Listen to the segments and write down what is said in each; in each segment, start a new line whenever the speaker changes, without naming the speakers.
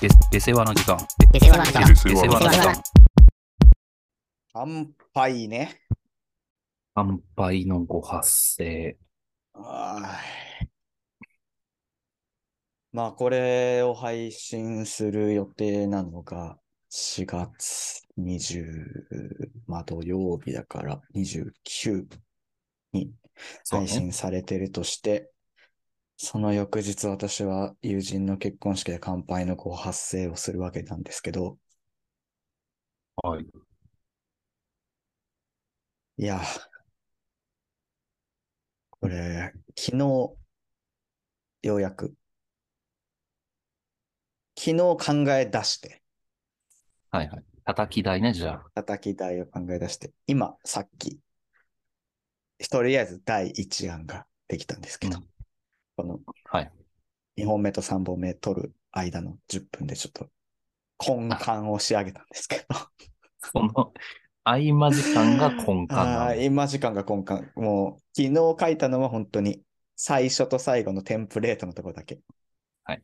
で、で世話の時間。
出世話の時間。
で世話の時間。
乾杯ね。
乾杯のご発声。
あーまあ、これを配信する予定なのが、4月20、まあ、土曜日だから29に
そうね。
配信されてるとして、その翌日私は友人の結婚式で乾杯のご発声をするわけなんですけど、
はい。
いや、これ、昨日、ようやく、昨日考え出して、
はいはい。叩き台ね、じゃあ。
叩き台を考え出して、今、さっき、とりあえず第一案ができたんですけど、
うん
この
はい。
2本目と3本目取る間の10分でちょっと、根幹を仕上げたんですけど、
その、合間時間が根幹
あ
な
あー、
の。
今時間が根幹。もう、昨日書いたのは本当に、最初と最後のテンプレートのところだけ。
はい。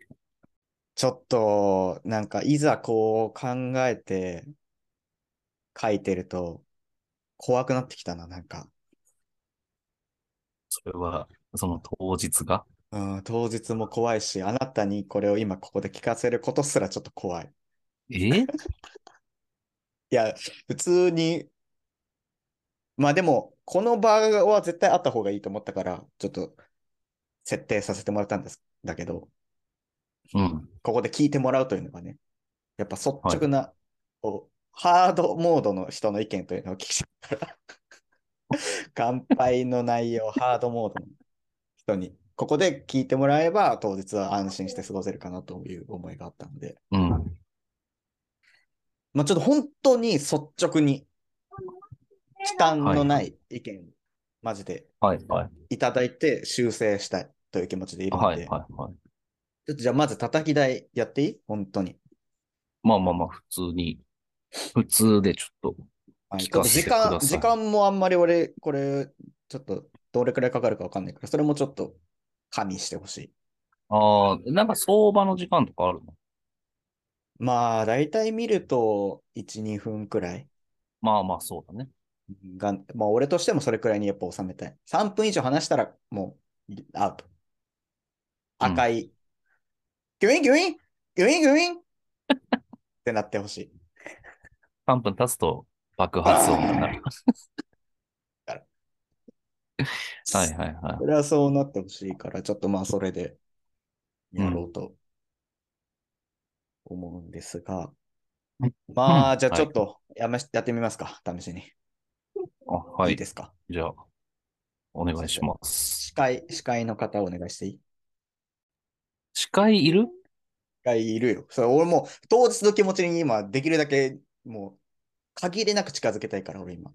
ちょっと、なんか、いざこう考えて、書いてると、怖くなってきたな、なんか。
それは、その当日が。
うん、当日も怖いし、あなたにこれを今ここで聞かせることすらちょっと怖い。
え
いや、普通に、まあでも、この場は絶対あった方がいいと思ったから、ちょっと設定させてもらったんです、だけど、
うん。
ここで聞いてもらうというのがね、やっぱ率直な、こうハードモードの人の意見というのを聞きちゃうから、 乾杯の内容、ハードモードの人に、ここで聞いてもらえば、当日は安心して過ごせるかなという思いがあったので、
うん。
まあ、ちょっと本当に率直に、忌憚のない意見、マジで
はいはい。
いただいて修正したいという気持ちでいるので、
はいはいはい。
ちょっとじゃあまず叩き台やっていい本当に。
まあまあまあ、普通に。普通でちょっと。
はい、
聞かせて
ちょっと
ください
時間、時間もあんまり俺、これ、ちょっとどれくらいかかるかわかんないから、それもちょっと加味してほしい。
ああ、なんか相場の時間とかあるの
まあ、だいたい見ると1、2分くらい
まあまあ、そうだね。
が、まあ俺としてもそれくらいにやっぱ収めたい。3分以上話したらもうアウト。
うん
赤い。ギュインギュインギュインギ ュインってなってほしい。
3分経つと爆発音にな る。はいはいはい
そ。れはそうなってほしいから、ちょっとまあそれでやろうと思うんですが、
はい
まあじゃあ
はい
ちょっとやめし、やってみますか、試しに。
あはい
い
い。
ですか。
じゃあ、お願いします。
司会、司会の方をお願いしていい
司会いる
司会いるよ。それ俺もう当日の気持ちに今できるだけもう限りなく近づけたいから俺今。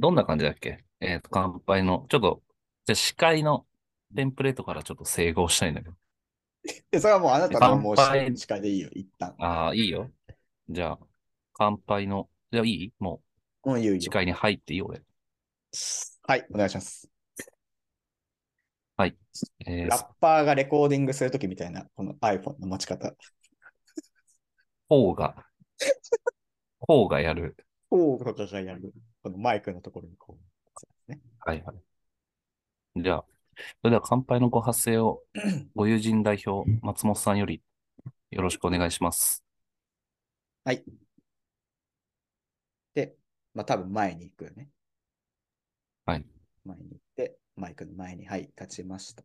どんな感じだっけえっ、と、乾杯の、ちょっと、じゃあ司会のテンプレートからちょっと整合したいんだけど。
で、それはもうあなたのもう
乾杯
司会でいいよ、一旦。
ああ、いいよ。じゃあ、乾杯の、じゃあいいも
うん、言う
う、司
よ。
会に入っていいよ、俺。
はい、お願いします。
えー
ラッパーがレコーディングするときみたいな、この iPhone の持ち方。
方が、方がやる。
こうとかがやる。このマイクのところにこう。そうですね
はいはい。じゃあ、それでは乾杯のご発声 を、ご友人代表、松本さんより、よろしくお願いします。
で、まあ多分前に行くよね。
はい。
前に行って、マイクの前に、はい、立ちました。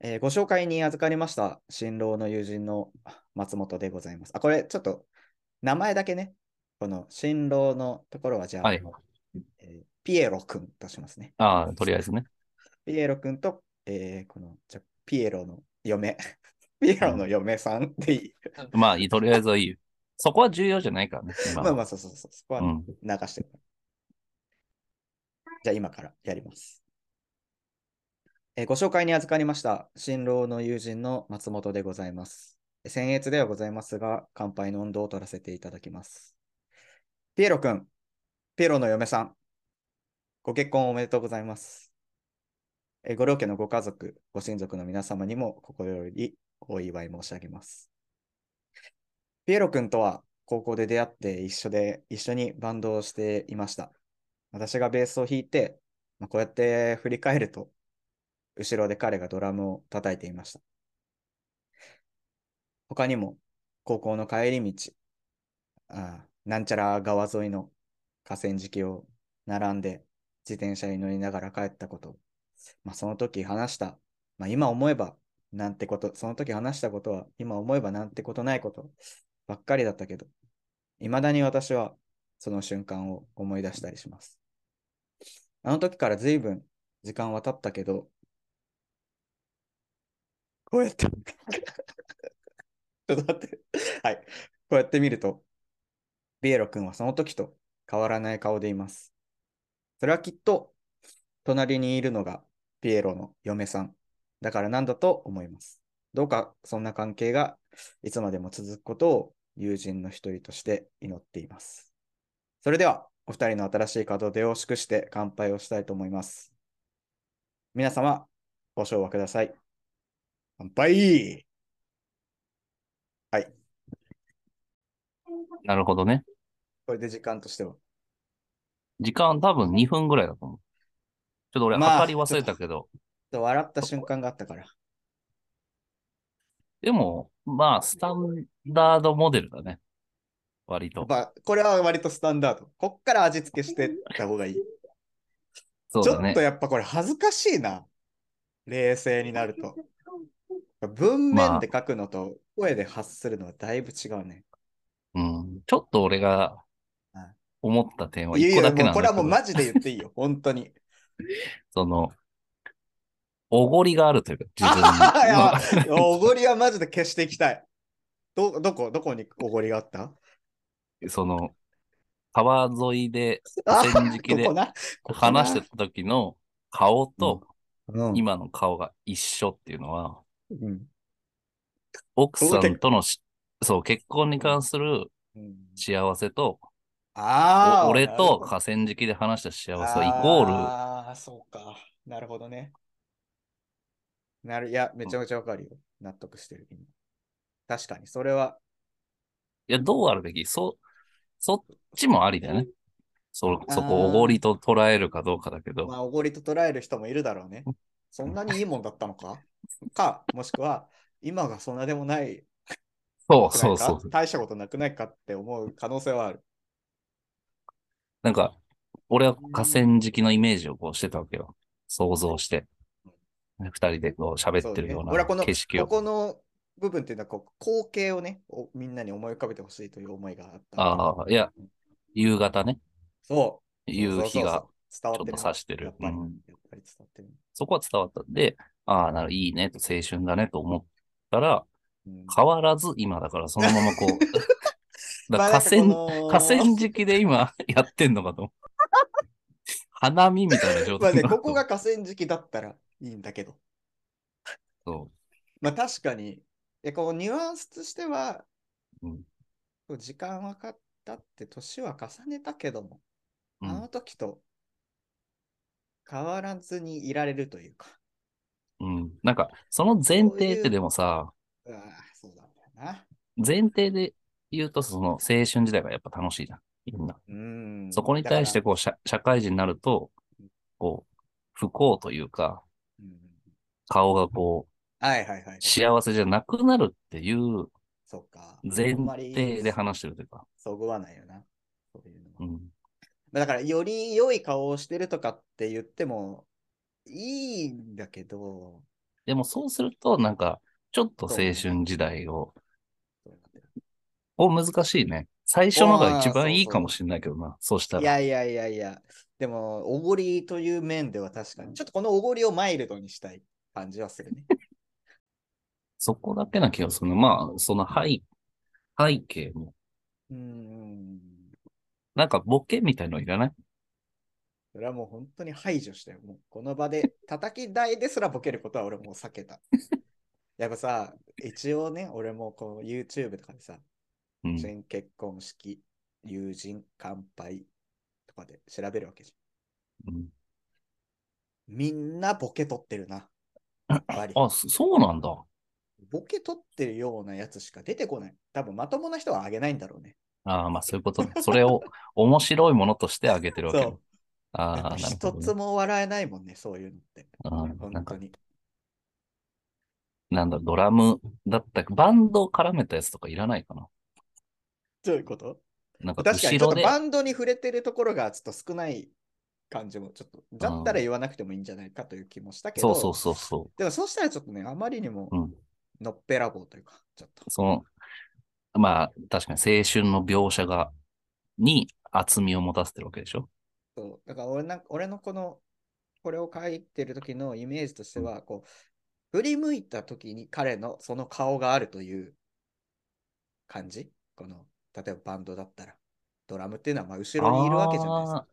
えーご紹介に預かりました、新郎の友人のあ松本でございます。あ、これちょっと、名前だけね。この新郎のところはじゃあ、
はい
えーピエロ君としますね。
ああ、とりあえずね。
ピエロ君と、えーこの、じゃあピエロの嫁、 ピエロの嫁さんでいい。
まあ、いいとりあえずはいいよ。そこは重要じゃないからね、今
まあ
は。
まあ、そうそうそう。そこは
うん。
流してるから。じゃあ今からやります。えーご紹介に預かりました。新郎の友人の松本でございます。えー僭越ではございますが、乾杯の温度を取らせていただきます。ピエロ君、ピエロの嫁さん、ご結婚おめでとうございます。えーご両家のご家族、ご親族の皆様にも心よりお祝い申し上げます。ピエロ君とは高校で出会って一緒で、一緒にバンドをしていました。私がベースを弾いて、まあ、こうやって振り返ると、後ろで彼がドラムを叩いていました。他にも、高校の帰り道、ああなんちゃら川沿いの河川敷を並んで自転車に乗りながら帰ったこと、まあ、その時話した、まあ、今思えばなんてこと、その時話したことは今思えばなんてことないことばっかりだったけど、いまだに私はその瞬間を思い出したりします。あの時から随分時間は経ったけど、こうやって、ちょっと待って、はい、こうやって見ると、ビエロ君はその時と変わらない顔でいます。それはきっと、隣にいるのがピエロの嫁さん。だからなんだと思います。どうかそんな関係がいつまでも続くことを友人の一人として祈っています。それでは、お二人の新しい門出を祝して乾杯をしたいと思います。皆様、ご唱和ください。乾杯
なるほどね。
これで時間としては。
時間多分2分ぐらいだと思う。ちょっと俺、
まあ
測り忘れたけど、
ちょっと笑った瞬間があったから。
でも、まあ、スタンダードモデルだね。割と。
まあ、これは割とスタンダード。こっから味付けしてった方がいい。
そう
ち
だ
ょっ
ね
と。やっぱこれ恥ずかしいな。冷静になる と。文面で書くのと声で発するのはだいぶ違うね。
うん。ちょっと俺が
うん
思った点はい
や
1
い
個
や、
だけ
も
な
うんこ
だ
れ
け
はも
ど、
うマジで言っていいよ。 本 当に。
その、おごりがあるというか、自分
いや
に。
おごりはマジで消していきたい。ど、どこ、どこにおごりがあった
その、川沿いで、
あ
河川敷
こ
で
こな。ここな
話してた時の顔と、
うん。
今の顔が一緒っていうのは、
うん。
奥さんとのし、そう、結婚に関する
うん
幸せと、
ああ。
お俺と河川敷で話した幸せはイコール、
ああ、そうか。なるほどね。なる、いや、めちゃめちゃわかるよ。納得してる。今確かに、それは、
いや、どうあるべきそ、そっちもありだよね。そ、そこを
あー
おごりと捉えるかどうかだけ
ま
ど、
あ、おごりと捉える人もいるだろうね。そんなにいいもんだったのかか、もしくは、今がそんなでもない
そう
くら
そ
いう
そ
か
う、。
大したことなくないかって思う可能性はある。
なんか、俺は河川敷のイメージをこうしてたわけよ。想像して。二人でこう喋ってるよう
そうね俺
な
はこの
景色
こ
を。
この部分っていうのはこう、光景をねおみんなに思い浮かべてほしいという思いがあった。
ああ、いや、夕方ね。
そう。
夕日が
そうそうそう伝わっ
ちょ
てるね
っと差してる
やっぱり、
うん
やっぱり伝わってるね。
そこは伝わったんで、ああ、なる、いいねと、青春だねと思ったら、
うん
変わらず今だから、そのままこう、 だ
ま
か
あ
ら河川、
河
河川敷で今 やってんのかと思う。花見みたいな状
まあ
態にな
ね、
ると
ここが河川敷だったらいいんだけど。
そ
まあ確かに、えこうニュアンスとしては、
うん
こう時間はかったって年は重ねたけども、
う。う
あ
ん
の時と変わらずにいられるというか。
うん、なんか、その前提っ
そういう
てでもさ、
うわそうなんだよな。
前提で言うと、その青春時代がやっぱ楽しいじゃん。みんな。
うーん。
そこに対して
だか
こう社、社会人になると、こう、不幸というか、
らうん
顔がこう、
はいはいはい。
幸せじゃなくなるっていう
そっか。
前
あんまり
提で話してるというか。
そぐわないよな。そういうのは
うん。
まあだから、より良い顔をしてるとかって言ってもいいんだけど、
でもそうすると、なんか、ちょっと青
そうね
春時代を、お、難しいね。最初のが一番いいかもしれないけどな。そうした
い
ら。
やいやいやいや、でも、おごりという面では確かに、ちょっとこのおごりをマイルドにしたい感じはす るね。
そこだけな気がするな。まあ、その背、背景も。
うーん。
なんか、ボケみたいのいらない
それはもう本当に排除したよ。もうこの場 で、叩き台ですらボケることは俺もう避けた。やっぱさ、一応ね、俺もこう YouTube とかでさ、
うん。
新結婚式、友人、乾杯とかで調べるわけじゃん。
うん
みんなボケ取ってるな。やっぱり。
あ、そそうなんだ。
ボケ取ってるようなやつしか出てこない。多分まともな人はあげないんだろうね。
ああ、まあそういうことね。それ を面白いものとしてあげてるわけね。
そう。やっ
あ
ぱ
あ、なる
一
ほ
つ
どね。
も笑えないもんね、そういうのって。
うんなん
本
か
当に。
なんだ、ドラムだったりバンドを絡めたやつとかいらないかな。
どういうこと
なんか
確かにちょ
後ろ
っと
で、
バンドに触れてるところがちょっと少ない感じも、ちょっと、だったら言わなくてもいいんじゃないかという気もしたけど、
そうそうそうそ
でもそうしたらちょっとね、あまりにも
う。うん。
のっぺらぼうというか、ちょっと。
その、まあ確かに青春の描写が、に厚みを持たせてるわけでしょ。
そうだから俺なん俺のこの、これを書いてる時のイメージとしては、こう、振り向いた時に彼のその顔があるという感じこの、例えばバンドだったら、ドラムっていうのはまあ後ろにいるわけじゃないですか。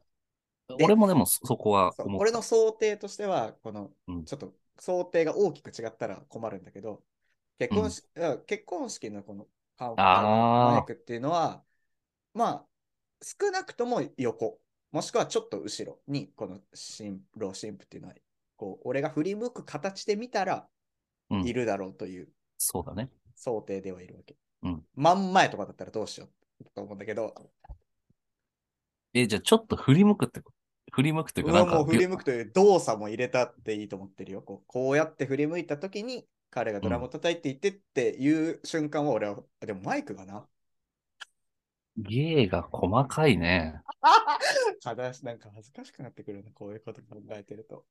あー
で
俺もでもそそこは
そう
思っ
俺の想定としては、この、
うん
ちょっと想定が大きく違ったら困るんだけど、結婚式、あ結婚式のこのカウンター
あー
のマイクっていうのは、まあ、少なくとも横、もしくはちょっと後ろに、この新郎新婦っていうのは、こう、俺が振り向く形で見たら
う、ん
いるだろうという
そうだね。
想定ではいるわけ。
うん
真ん前とかだったらどうしようと思うんだけど、
え、じゃあちょっと振り向くってこと振り向くというか、
俺
な
は
んか、
もう振り向くという動作も入れたっていいと思ってるよ。こうこうやって振り向いたときに彼がドラムを叩いていってっていう瞬間は俺は、あでもマイクがな。
芸が細かいね。
話なんか恥ずかしくなってくるな、こういうこと考えてると。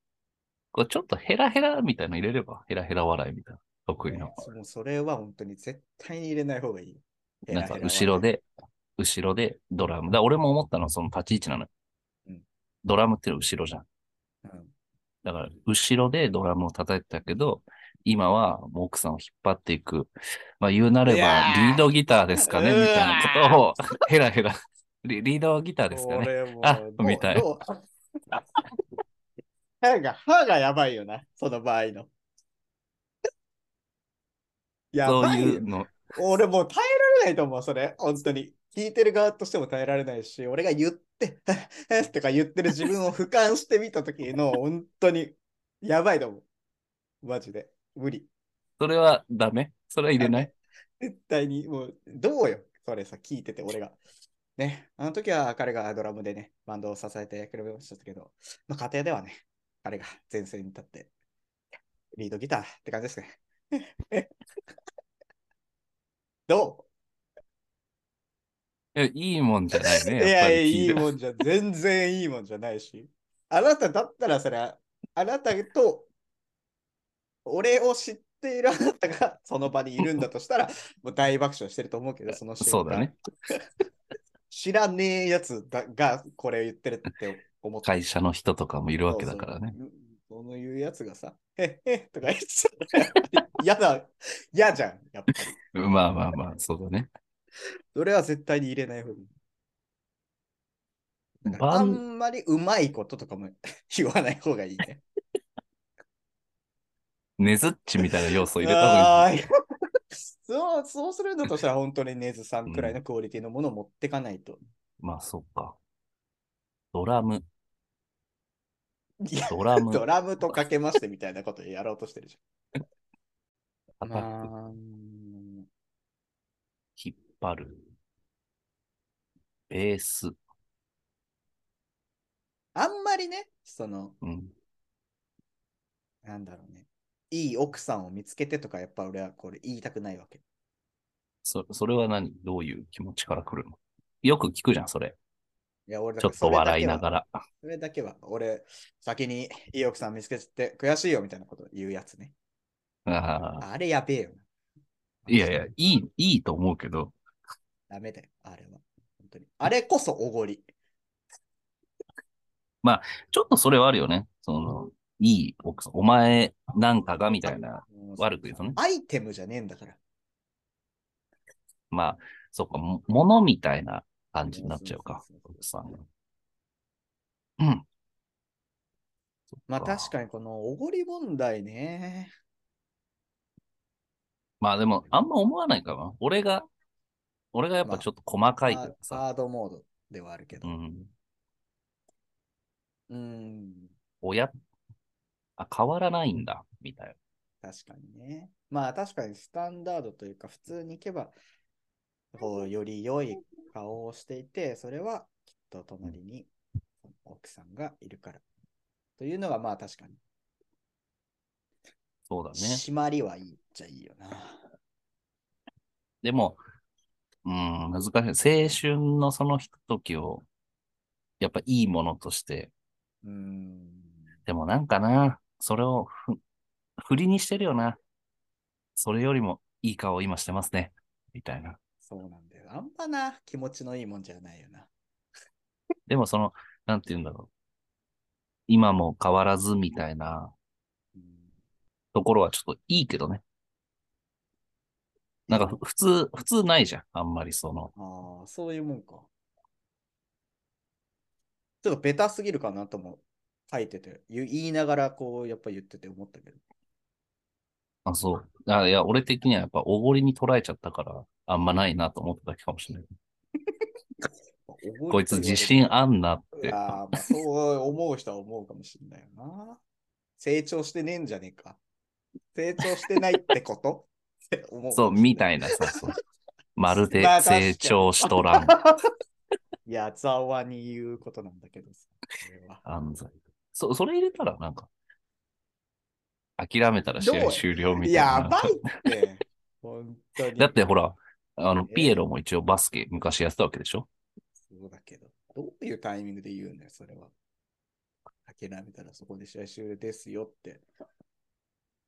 これちょっとヘラヘラみたいなの入れれば、ヘラヘラ笑いみたいな。得意の。
もうそれは本当に絶対に入れない方がいい。ヘ
な
ラ
ん
ヘ
か
ラは
後ろ。で、後ろでドラム。だから俺も思ったのはその立ち位置なのよ。
うん
ドラムっていうのは後ろじゃん。
うん
だから後ろでドラムを叩いてたけど、今はもう奥さんを引っ張っていく。まあ言うなれ
い
ば
やー
リードギターですかね
うわー
みたいなことを、 ヘラヘラ。リリードギターですか
こ
ね。
れもう
あ
どう
みたい
どう 歯が、歯がやばいよな、その場合の。や
そう
ばいよ
いうの。
俺もう耐えられないと思う、それ。本当に。聞いてる側としても耐えられないし、俺が言って、 とか言ってる自分を俯瞰してみた時の、本当に、やばいと思う。マジで。無理。
それはダメそれは入れ ない
絶対に、もう、どうよ。それさ、聞いてて、俺が。ね、あの時は彼がドラムでね、バンドを支えてくれましたけど、まあ、家庭ではね、彼が前線に立って、リードギターって感じですね。 どう
いやいいもんじゃないね。
い
やっ
や
ぱり
い
聞
や、いい
いて
もんじゃ、全然いいもんじゃないし。あなただったらそれは、あなたと、俺を知っているあなたがその場にいるんだとしたら、もう大爆笑してると思うけど、その瞬間。
そうだね。
知らねえやつだがこれを言ってるって思って
会社の人とかもいるわけだからね。
そうそう。そういうやつがさ、へっへっとか言っ ちゃったら、嫌だ、嫌じゃん、やっぱり。
まあまあまあ、そうだね。
それは絶対に入れない方がいい。だから
バ
あ
ン
んまりうまいこととかも 言わない方がいいね。
ねずっちみたいな要素入れた方がいい。
あーいや そうそうするんだとしたら本当にネズさんくらいのクオリティのものを持ってかないと。
まあ、そうか。ドラム、
いや
ドラム、
ドラムとかけましてみたいなことやろうとしてるじゃん。
叩く、
まあ
引っ張る。ベース、
あんまりね、その、
うん。
なんだろうね。いい奥さんを見つけてとか、やっぱ俺はこれ言いたくないわけ。
そそれは何どういう気持ちから来るのよく聞くじゃん、それ。
いや、俺だ
ちょ
から
っと笑いな
ら
がら。
それだけは、俺、先にいい奥さん見つけちゃって悔しいよみたいなこと言うやつね。
ああ
あれやべえよな。
いやいや、い。い、いいと思うけど、
ダメだよ、あれは。本当にあれこそおごり。
ちょっとそれはあるよね。その、いい奥さん、お前なんかがみたいな、
もう
悪く言うとね。
アイテムじゃねえんだから。
まあ、そっか、もものみたいな感じになっちゃうか
そうそう、そう
奥さんが。うん。
まあ
そっか
確かにこのおごり問題ね。
まあでも、あんま思わないかな。俺が、俺がやっぱちょっと細かいというか
サ
さ、
ードモードではあるけど。
うん、
うん。
親、あ、変わらないんだ、みたい
確かにね。まあ確かにスタンダードというか、普通に行けば、こう、より良い顔をしていて、それはきっと隣に奥さんがいるから。というのがまあ確かに。
そうだね。
締まりはいいっちゃいいよな。
でも、うん、難しい。青春のそのひとときを、やっぱいいものとして、
うーん。
でもなんかな、それをふ、振りにしてるよな。それよりもいい顔を今してますね。みたいな。
そうなんだよ。あんまな気持ちのいいもんじゃないよな。
でもその、なんて言うんだろう。今も変わらずみたいな
うん、
ところはちょっといいけどね。なんかふ普通、普通ないじゃん。あんまりその、
ああ、そういうもんか。ちょっとベタすぎるかなとも書いてて、言う言いながらこう、やっぱ言ってて思ったけど。
あ、そう。あいや、俺的にはやっぱおごりに捉えちゃったから、あんまないなと思っただけかもしれない。こいつ自信あんなって。
ああ、まあそう思う人は思うかもしれないよな。成長してねえんじゃねえか。成長してないってことって思うか
そう、
もしれ
みたいな、そうそう。 まるで
まあ確かに
成長しとらん。
いや、ざわに言うことなんだけどさ。これは
安西。そ、それ入れたらなんか、諦めたら試
ど
合
う
終了みたいな。
やばいって。本当に。
だってほら、あの、
ええ
ピエロも一応バスケ昔やってたわけでしょ
そうだけど、どういうタイミングで言うんだよ、それは。諦めたらそこで試合終了ですよって。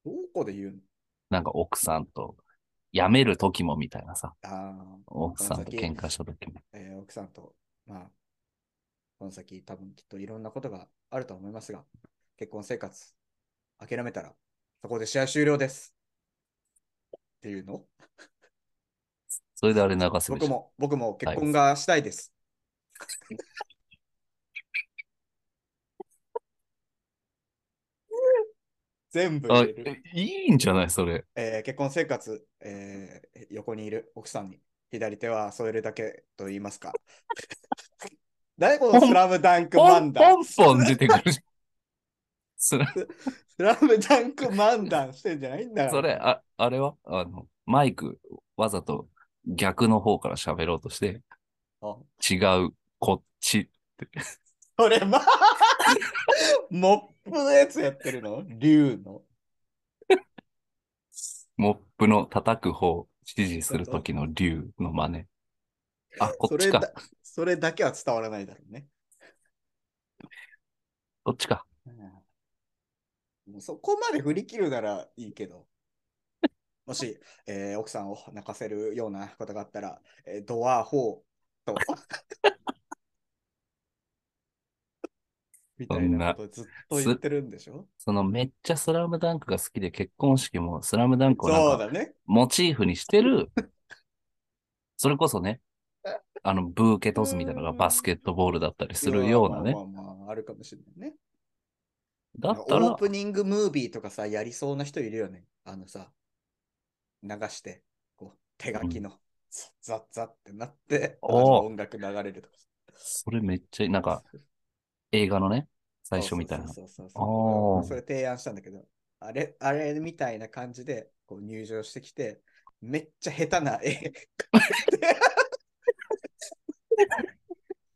どこで言うの
なんか奥さんと、辞める時もみたいなさ、
ああ、
奥さんと喧嘩した時も。
えー奥さんと、まあ、この先多分きっといろんなことがあると思いますが、結婚生活、諦めたら、そこで試合終了です。っていうの
それであれ流せるで
僕
しょ
も、僕も結婚がしたいです。全部
あ
入れる、
えいいんじゃないそれ。
えー結婚生活、えー横にいる奥さんに左手は添えるだけと言いますか。 誰このスラムダンク
ポ
漫
ン
談
ポンポン出てくるじゃ ん。それ、
スラムダンク漫談してんじゃないんだから
それ、あ、あれはあの、マイク、わざと逆の方から喋ろうとして、
あ
違う、こっち。
それまあ、モップのやつやってるの竜の。
モップの叩く方、指示するときの竜の真似。あ、こ
そ
っち
れ
か
だ。それだけは伝わらないだろうね。
こっちか。
うんもうそこまで振り切るならいいけど、もし、えー奥さんを泣かせるようなことがあったら、えードア4と。 みたいなことずっと言ってるんでしょ
そのめっちゃスラムダンクが好きで結婚式もスラムダンクを
そ
な
うん
か
だね。
モチーフにして る、それこそね、あのブーケトスみたいなのがバスケットボールだったりするようなね
ま。あまあまあ、あるかもしれないね。
だっ
オ
た
ー
ら、
プニングムービーとかさ、やりそうな人いるよね。あのさ、流して、こう、手書きの、ザッザッってなって、あ
おー
の音楽流れるとかさ。
それめっちゃいい、なんか映画のね、最初みたいな。
そうそうそうそう
あー
それ提案したんだけど、あれ、あれみたいな感じでこう入場してきて、めっちゃ下手な絵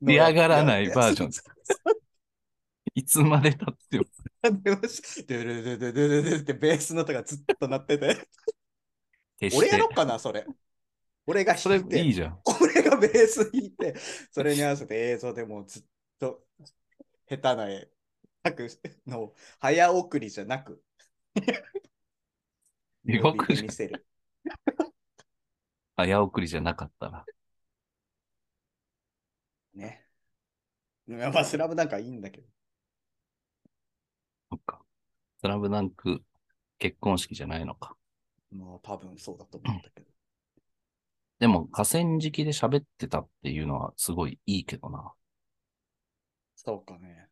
嫌がらないバージョン
ン。
いつまでたっても、
ドゥルドゥルドゥルドゥルってベースの音がずっと鳴ってて、
決し
俺や
て
ろ。っかな、それ。俺が
それ
弾いて、
いいじゃん。
俺がベース弾いて、それに合わせて映像でもうずっと下手な絵描くのを早送りじゃなく、
地獄じゃん
で見せる。
早送りじゃなかったら。
ね。まあ、スラムなんかいいんだけど。
そっか。スラムダンク結婚式じゃないのか。
もう多分そうだと思うんだけど。
でも、河川敷で喋ってたっていうのはすごいいいけどな。
そうかね。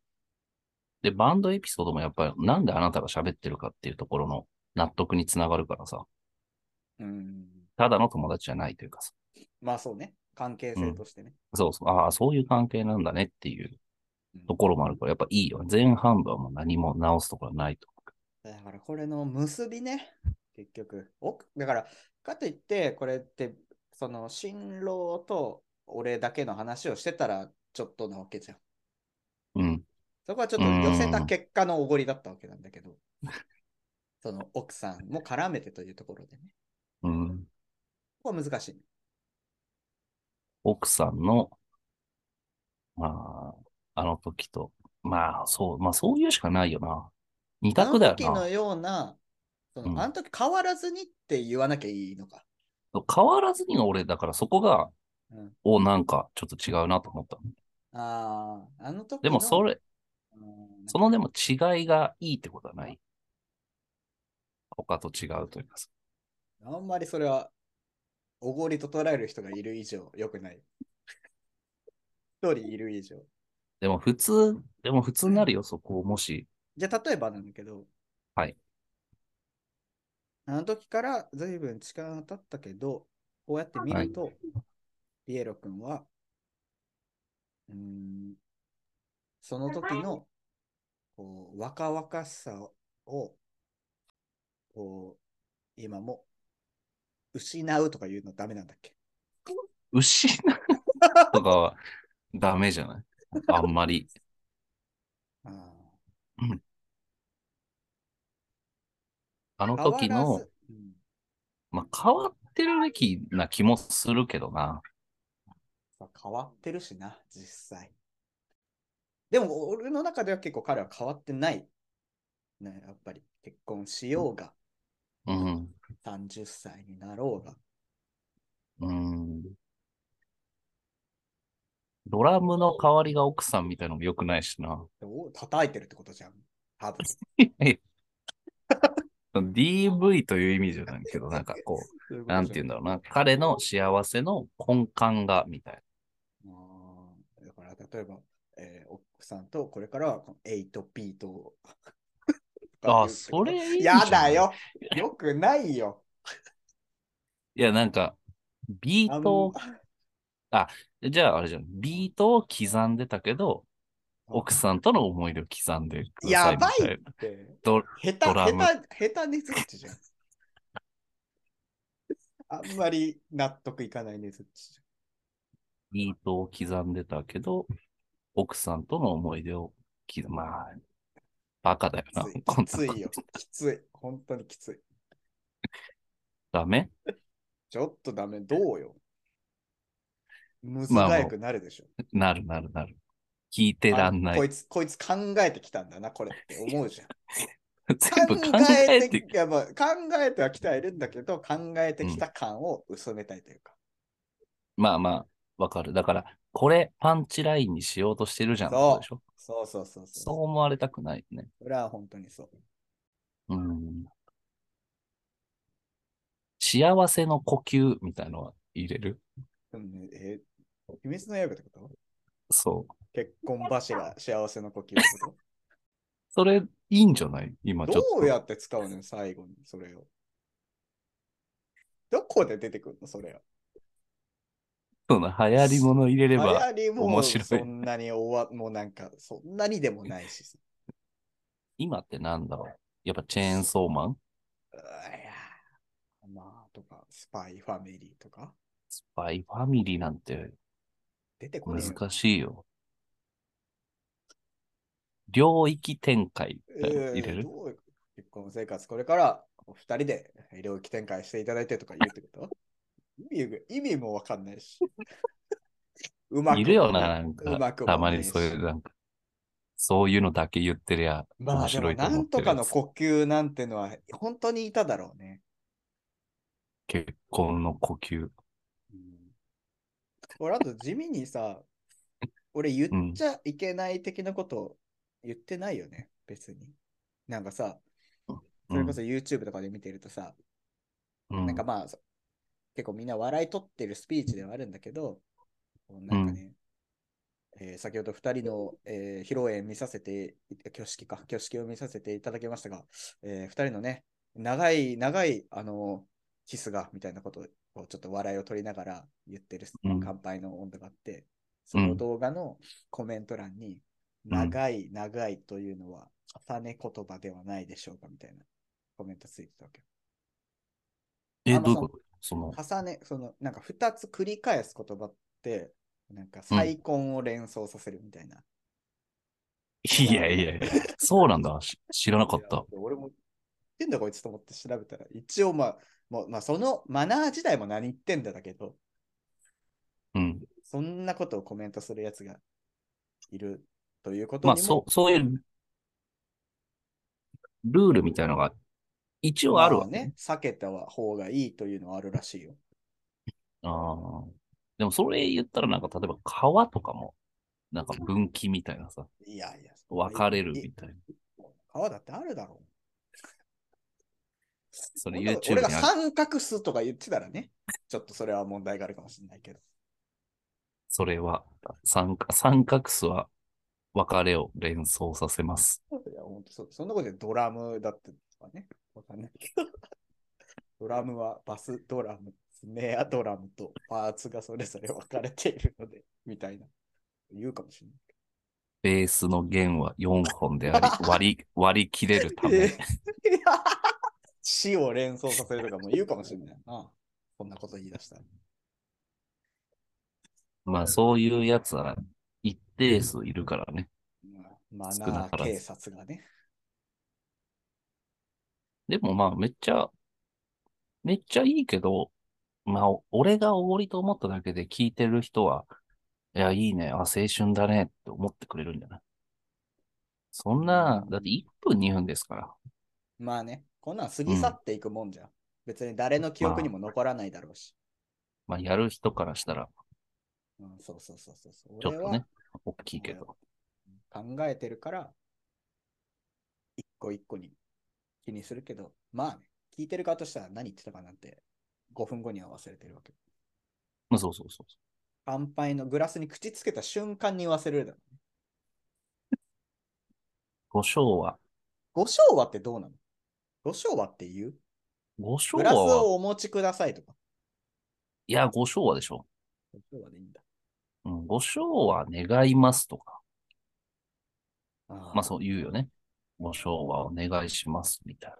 で、バンドエピソードもやっぱり、なんであなたが喋ってるかっていうところの納得につながるからさ、
うん。
ただの友達じゃないというかさ、
まあそうね。関係性としてね。
そうそう、ああ、そういう関係なんだねっていう
うん
ところもあるから、やっぱいいよね。前半部はもう何も直すところはないと思うけど。
だからこれの結びね、結局。おだから、かといって、これって、その、新郎と俺だけの話をしてたら、ちょっとなわけじゃん。
うん。
そこはちょっと寄せた結果のおごりだったわけなんだけど、 その奥さんも絡めてというところでね。
うん。
ここは難しいね。
奥さんの、まあ、あの時と、まあ、そう、まあ、そういうしかないよな。二
あの
択だよ
時
な
の。ような、その
うん
あの時変わらずにって言わなきゃいいのか。
変わらずに俺、だからそこが、
うん
お、なんかちょっと違うなと思った。
ああ、あの時の。
でも、それ、
うん
そのでも違いがいいってことはない。他と違うというかさ。
あんまりそれは、おごりと捉える人がいる以上、良くない。一人いる以上。
でも普通、でも普通になるよ、そこを。もし、
じゃあ、例えばなんだけど、
はい。
あの時から随分時間が経ったけど、こうやって見ると、ピエロ君は、うーん、その時の、こう、若々しさを、こう、今も、失うとか言うのダメなんだっけ
失うとかはダメじゃないあんまり。
あ
あの
ー
時
変わ
の
らず、うん
まあ、変わってるべきな気もするけどな。
まあ変わってるしな、実際。でも、俺の中では結構彼は変わってない。ね、やっぱり結婚しようが、
うん。
30歳になろうが。
うん。ドラムの代わりが奥さんみたいのも良くないしな。
でもお叩いてるってことじゃん。多分。
DV という意味じゃないけど、なんかこ
そういう
う、
ことじゃ
なんて言うんだろうな。彼の幸せの根幹が、みたい
あーだから、例えば、えー、奥さんとこれからはこの8ビートを。
な。あ、それいいじゃん
やだ。よ。よくないよ。
いや、なんか、ビ
あ
ー
ん
トを、じゃああれじゃん。ビートを刻んでたけど、奥さんとの思い出を刻んでください
や
みた
ば
い
い
な。
って。
ド
下手、
ドラム
下手、下手ねずっちじゃん。あんまり納得いかないねずっちじ
ビートを刻んでたけど、奥さんとの思い出を刻まあ、バカだよ
ゃ。
なん
きつい。。
こんなこ
き
と
ついよ。きつい。本当にきつい。
ダメ
ちょっとダメ。どうよ。むず
まあ
がゆくなるでしょ。
なるなるなる。聞いてらんな
あこ
い。
いつ、こいつ考えてきたんだな、これって思うじゃん。
全部考えて、
やっぱ考えてはきてはいるんだけど、考えてきた感を薄めたいというか。
まあまあ、わかる。だから、これパンチラインにしようとしてるじゃん。
そう
ことでしょ
そうそうそうそう。
そう思われたくないね。
それは本当にそう。
うん。幸せの呼吸みたいのは入れる
うんえー、秘密の刃ってこと
そう。
結婚柱、幸せの呼吸って こと
それ、いいんじゃない今ちょっと。
どうやって使うのよ最後に、それを。どこで出てくるのそれは。
そうな流行り物入れれば、
流行りも
面白い
そんなに終わ、もうなんか、そんなにでもないしさ。
今ってなんだろうやっぱチェーンソーマン
うわいやまあ、とか、スパイファミリーとか、
スパイファミリーなんて
出てこない。
難しいよ。領域展開みたいなの入れ
えー
る
どういう結婚生活、これからお二人で領域展開していただいてとか言うってこと意味が意味もわかんないし。うまくも
いるよな、なん
う
か
まく。も
たま
ねえ
に
し
そういう、なんか、そういうのだけ言ってりゃ、
ま
面
あで
白
も
いと思
な
ってるやつ。
んとかの呼吸なんてのは本当にいただろうね。
結婚の呼吸。
俺あと地味 にさ、俺言っちゃいけない的なこと言ってないよね、別に。なんかさ、それこそ YouTube とかで見てるとさ、
うん、
なんかまあ、そ結構みんな笑い取ってるスピーチではあるんだけど、こうなんかね、えー先ほど2人の、えー披露宴見させて、挙式か、挙式を見させていただきましたが、え2人のね、長い長い、あのキスが、みたいなことをちょっと笑いを取りながら言ってる
うん
乾杯の温度があって、その動画のコメント欄に、長い長いというのは重ね言葉ではないでしょうかみたいなコメントついてたわけ。
え、
あま
ど
あ
ういうことその、
重ね、その、なんか2つ繰り返す言葉って、なんか再婚を連想させるみたいな。
いやいやいや、そうなんだ。し知らなかっ
い
た
や。俺も言ってんだこいつと思って調べたら、一応まあ、まあ、まあ、そのマナー自体も何言ってんだだけど、
うん。
そんなことをコメントするやつがいるということ
ま
にも、
あ、そう、そういう、ルールみたいなのが、一応ある
ま
わ
あ
け
ね。。避けた方がいいというのはあるらしいよ。
ああ。でも、それ言ったら、なんか、例えば、川とかも、なんか、分岐みたいなさ、
いやいや。
分かれるみ
い
たいな。
川だってあるだろう。
それ
俺が
YouTube
俺が
にある。
三角数とか言ってたらね、ちょっとそれは問題があるかもしれないけど。
それは、三角三角巣は、別れを連想させます。
いや、本当そそんなことでドラムだってとかね。わかんないけど。 ドラムはバスドラム、スネアドラムとパーツがそれぞれ分かれているので、みたいな。言うかもしれない。
ベースの弦は4本であり、割り、割り切れるため。
えー 死を連想させるとかも言うかもしれないな。こんなこと言い出したら。
まあ、そういうやつは、一定数いるからね。
うんマナ
少なか
ー
らず
警察がね。
でもまあ、めっちゃ、めっちゃいいけど、まあ、お俺がおごりと思っただけで聞いてる人は、いや、いいね、あ、青春だねって思ってくれるんじゃないそんな、だって1分2分ですから。
まあね、こんなん過ぎ去っていくもんじゃん。別に誰の記憶にも残らないだろうし。
まあ、やる人からしたら、
うん、そうそうそうそうそう。
ちょっ
俺
と
は
ね、大きいけど。
考えてるから、一個一個に気にするけど、まあね、聞いてる側としたら何言ってたかなんて、5分後には忘れてるわけ。
まあ、そうそうそうそ
乾杯のグラスに口つけた瞬間に忘れるだろ。
う。五章は、
ご昭和ってどうなのご昭和って言う
五章
グラス
は、
をお持ちくださいとか。
いや、五章はでしょ。
ご昭和でいいんだ。
うん、五章は願いますとか、
あ
まあ、そう言うよね。五章はお願いしますみたい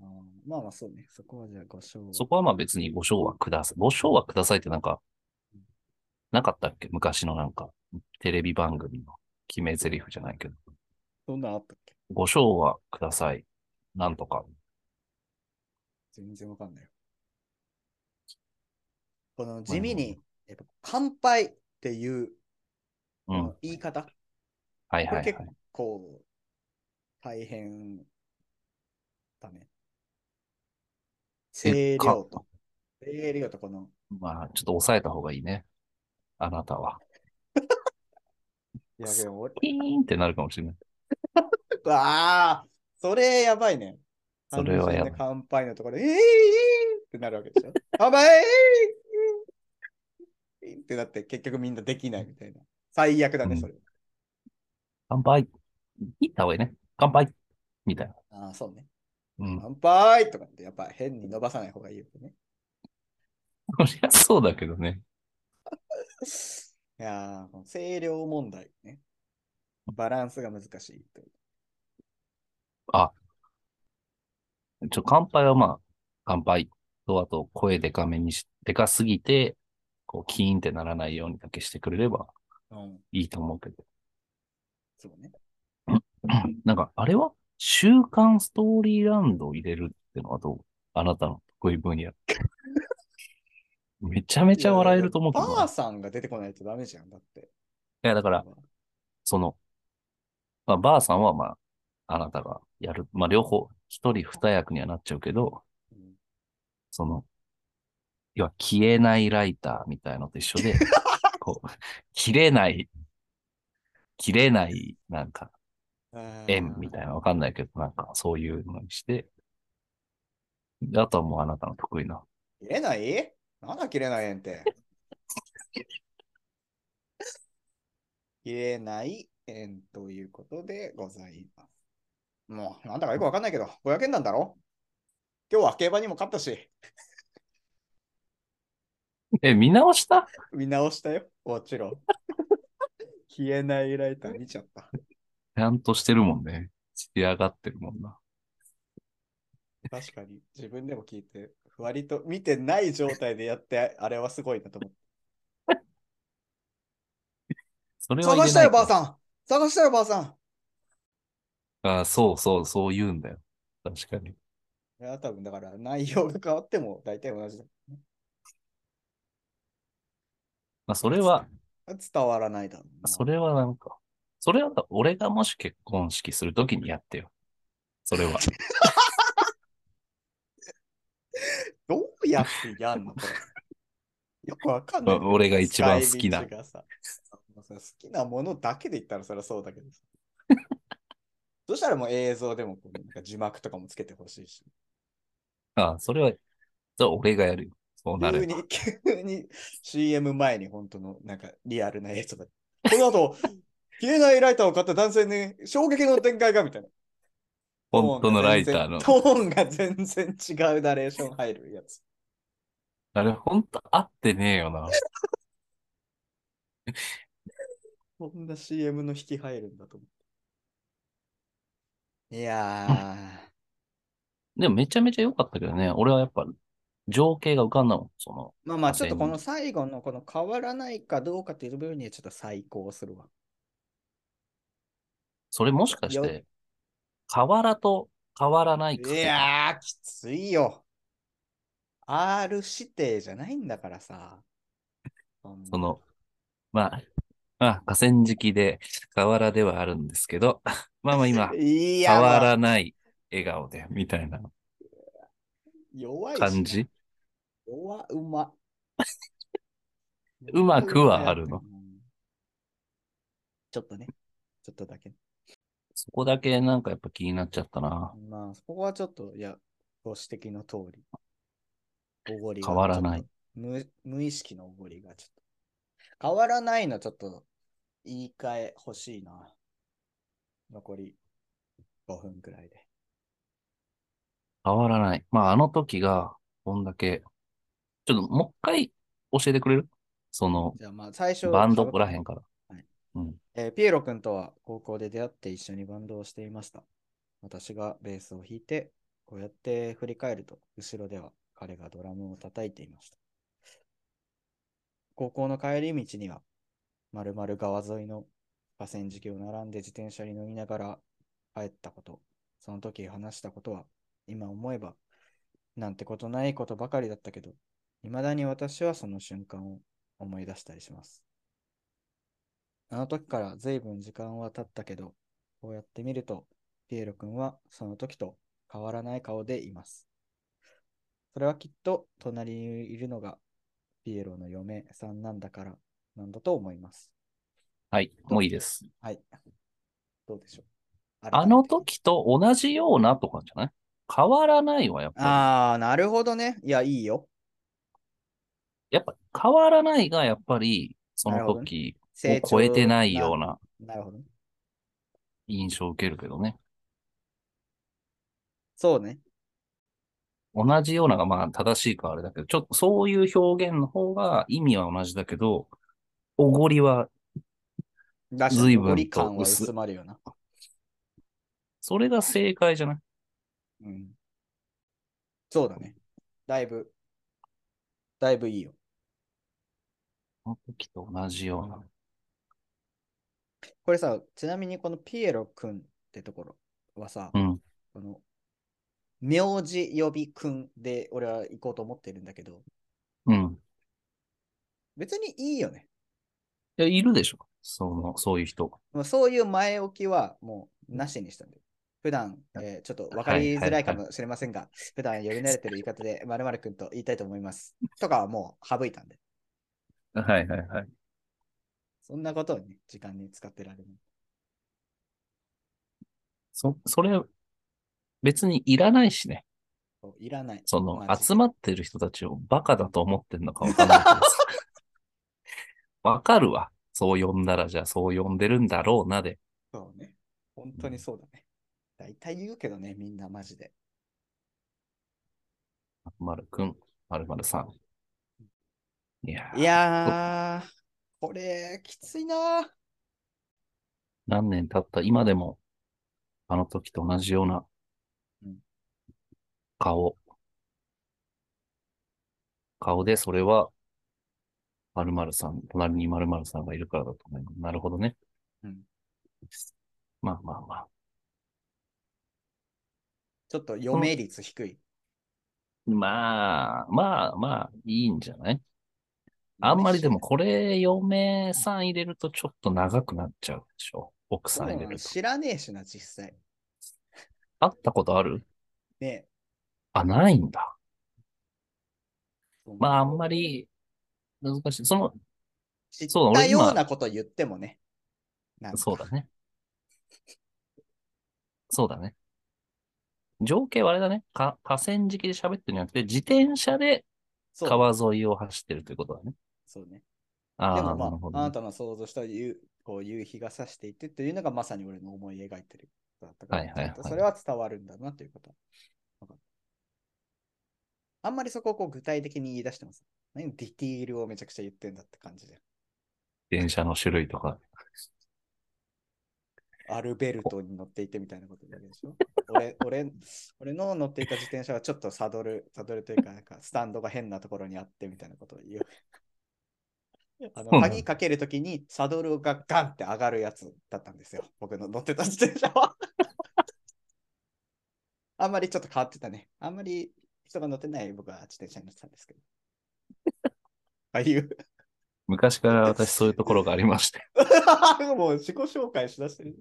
な。
あーまあまあそうね。そこはじゃあご昭和。
そこはまあ別にご賞はください。ご賞はくださいってなんか、なかったっけ昔のなんか、テレビ番組の決め台詞じゃないけど。
そんなんあったっけ
ご賞はください。なんとか。
全然わかんないよ。この地味に、やっぱ乾杯っていう
う
こ
ん。
の言い方、
はい
こ
は
れ
い、
結
はい。
構大変だね。
え
声量
か
と。声量とこの、
まあ、ちょっと抑えた方がいいね。あなたは。
いやでも俺、
ピーンってなるかもしれない。
わあ、それやばいね。
それはやばい
単純な乾杯のところで、えー、えーってなるわけ でしょ。乾杯えーえーってなって結局みんなできないみたいな。最悪だね、
うん
それ。
乾杯。いった方がいいね。乾杯。みたいな。
ああ、そうね。
うん。
乾杯とかってやっぱ変に伸ばさない方がいいよね。
そりゃそうだけどね。
いやー、この声量問題ね。バランスが難しいという。
ちょ、乾杯はまあ、乾杯と、あと、声でかめにし、でかすぎて、こう、キーンってならないようにだけしてくれれば
うん、
いいと思うけど。
そうね。
なんか、あれは週刊ストーリーランドを入れるってのはどうあなたの得意分野。めちゃめちゃ笑えると思うけどな。
ばあさんが出てこないとダメじゃん、だって。
いや、だから、その、まあ、ばあさんはまあ、あなたがやる。まあ、両方、一人二役にはなっちゃうけど、
うん
その、要は消えないライターみたいのと一緒 で、こう、切れない、切れない、なんか、縁み
い
たいな、わかんないけど、なんか、そういうのにして、であとはもうあなたの得意な。
な。切れないなんだ切れない縁って。切れない縁ということでございます。もう、なんだかよくわかんないけど、500円なんだろ今日は競馬にも勝ったし、
え、見直した
見直したよ、もち ろん。消えないライター見ちゃった。
ちゃんとしてるもんね。仕上がってるもんな。
確かに、自分でも聞いて、割と見てない状態でやって、あれはすごいなと思って。
それは言
探
え
した
ない
よ、ばあさん探したよ、ばあさん
ん。あそうそう、そう言うんだよ。確かに。
いや、多分だから内容が変わっても大体同じだ。
まあ、それは、
伝わらないだろうな。
それはなんか、それは俺がもし結婚式するときにやってよ。それは。
どうやってやんのこれ。 よくわかんない。
うん俺が一番好きな
使い道がさ好きなものだけで言ったらそりゃそうだけ どさ。そしたらもう映像でもこうなんか字幕とかもつけてほしいし。
あそれは、それは俺がやるよ。そうな
急
れば
に、 急に CM 前に本当のなんかリアルな映像が。この後、 消えないライターを買った男性に衝撃の展開がみたいな。
本当のライターの。
トーンが全然トーンが全然違うナレーション入るやつ。
あれ、本当合ってねえよな。
こんな CM の引き入るんだと思って。いや
でもめちゃめちゃ良かったけどね。俺はやっぱ、情景が浮かんだもん。その、
ー、まあまあ、ちょっとこの最後のこの変わらないかどうかという部分にはちょっと再考するわ。
それもしかし
よ
て、河原と変わらない
い
か。
やー、きついよ。R 指定じゃないんだからさ。そんな
その、まあ、まあ、河川敷で河原ではあるんですけど、 まあまあ今、
いや、
変わ
まあ
らない笑顔で、みたいな
弱いしな
感じ。
弱うま。
うまくはあるの
うん ちょっとね。ちょっとだけ。
そこだけなんかやっぱ気になっちゃったな。
まあ、そこはちょっと、いや、ご指摘の通り。おごりが
変わらない
ちょっと無。無意識のおごりがちょっと。変わらないのちょっと言い換え欲しいな。残り5分くらいで。
変わらない。まああの時が、こんだけ、ちょっともう一回教えてくれるその、
じゃあまあ最初
バンドらへんから。
えーピエロ君とは高校で出会って一緒にバンドをしていました。私がベースを弾いて、こうやって振り返ると、後ろでは彼がドラムを叩いていました。高校の帰り道には、まるまる川沿いの河川敷を並んで自転車に乗りながら帰ったこと、その時話したことは、今思えば、なんてことないことばかりだったけど、未だに私はその瞬間を思い出したりします。あの時から随分時間は経ったけど、こうやって見ると、ピエロ君はその時と変わらない顔でいます。それはきっと隣にいるのがピエロの嫁さんなんだからなんだと思います。
はい、もういいです。
はい。どうでしょう。
あの時と同じようなとかじゃない変わらないわ、やっぱ
ああ、なるほどね。いや、いいよ。
り。やっぱ変わらないが、やっぱり、そ
な
の
るほどね
時を超えてないような
な。なるほどね。
印象を受けるけどね。
そうね。
同じようながまあ正しいかあれだけど、ちょっとそういう表現の方が意味は同じだけど、おごりは、
だし、
随分と
距離感は
薄
薄まるよな。
それが正解じゃない
うん。そうだね。だいぶ、だいぶいいよ。
あの時と同じような。
これさ、ちなみにこのピエロくんってところはさ、
うん
この名字呼びくんで俺は行こうと思ってるんだけど、
うん。
別にいいよね。
いや、いるでしょ。その、そういう人。
もうそういう前置きはもうなしにしたんだよ。普段、えーちょっと分かりづらいかもしれませんが、普段呼び慣れてる言い方で 〇〇くんと言いたいと思います。とかはもう省いたんで、
はいはいはい。
そんなことをね、時間に使ってられる。
そ、それ、別にいらないしね。
そういらない。
その、
マジで
集まってる人たちをバカだと思ってんのかわかんない けどさ。わかるわ。そう呼んだら、じゃあそう呼んでるんだろうなで。
そうね。本当にそうだね。大体言うけどね、みんなマジで。
まるくん、まるまるさん。いやー
いやー、これ、きついなー
何年経った今でも、あの時と同じような
うん
顔。顔で、それは、〇〇さん、隣に〇〇さんがいるからだと思う。なるほどね。
うん
まあまあまあ。
ちょっと読め率低い。
まあ、まあまあ、いいんじゃないあんまりでもこれ、嫁さん入れるとちょっと長くなっちゃうでしょ。奥さん入れると。
知らねえしな、実際。
会ったことある
ね
あ、ないんだ。
え。
まあ、あんまり難しい。その、
知っ
そうだ
た
俺今
ようなこと言ってもね。なんか
そうだね。そうだね。情景はあれだね。か河川敷で喋ってるんじゃなくて、自転車で
そう
川沿いを走ってるということだね。
そうね。
あ
で
あ、
も
なるほ
ま
ど
あ、あ
ね、
なたの想像した夕こう夕日が差していてというのがまさに俺の思い描いてることだったから、
はいはいはい
それは伝わるんだなということは分かった。あんまりそこをこう具体的に言い出してます。何ディティールをめちゃくちゃ言ってんだって感じじ
電車の種類とか。
ゃん。アルベルトに乗っていてみたいなことだけでしょ俺俺俺の乗っていた自転車はちょっとサドル、サドルというか、なんかスタンドが変なところにあってみたいなことを言う。あ
そう
の
なの
鍵かけるときにサドルがガンって上がるやつだったんですよ。僕の乗ってた自転車は。あんまりちょっと変わってたね。あんまり人が乗ってない僕は自転車に乗ってたんですけど。ああいう。
昔から私そういうところがありまして。
もう自己紹介しだしてる。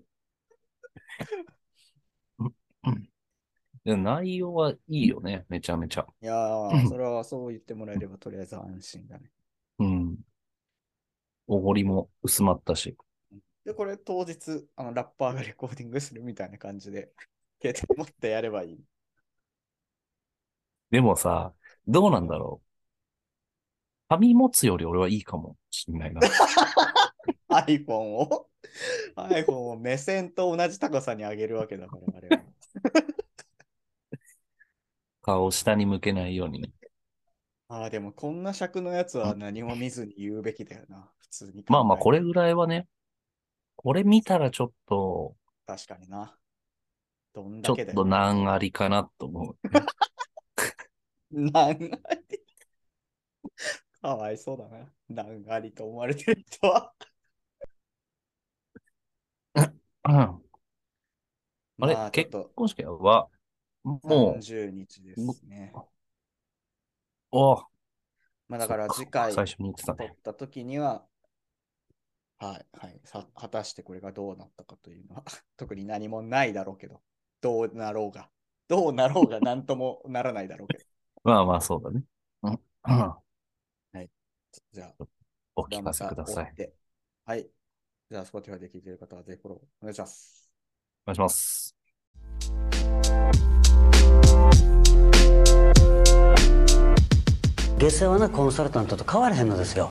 で内容はいいよね。めちゃめちゃ。
いやー、それはそう言ってもらえればとりあえず安心だね。
うん。おごりも薄まったし。
で、これ当日、あのラッパーがレコーディングするみたいな感じで、携帯持ってやればいい。
でもさ、どうなんだろう。紙持つより俺はいいかもしんないな。
iPhone を iPhone を目線と同じ高さに上げるわけだから、あれは。
顔を下に向けないようにね。
ああ、でもこんな尺のやつは何も見ずに言うべきだよな、普通に。
まあまあ、こ
れ。
れぐらいはね、これ見たらちょっと、
確かにな。どん
ちょ
だ
っ
けだ
と
よ。
難ありかなと思う。
何がり。 かわいそうだな。何がりと思われてる人は。
うん結あれ
まあ、ちょっと
婚式は、も
30日ですね。
う、おう
まあだから次
そ
回
っか最初に言ってた
撮っ
ね。
た時には、はい、はいさ、果たしてこれがどうなったかというのは、 特に何もないだろうけど、どうなろうが、どうなろうが何ともならないだろうけど。
まあまあ、そうだね。うんうん
じゃあ、
お聞かせくだ
じゃ
さ
あま
い
た追っ。てはい。じゃあ、Spotify で聞いている方はぜひフォローお願いします。
お願いします。
下世話なコンサルタントと変わらへんのですよ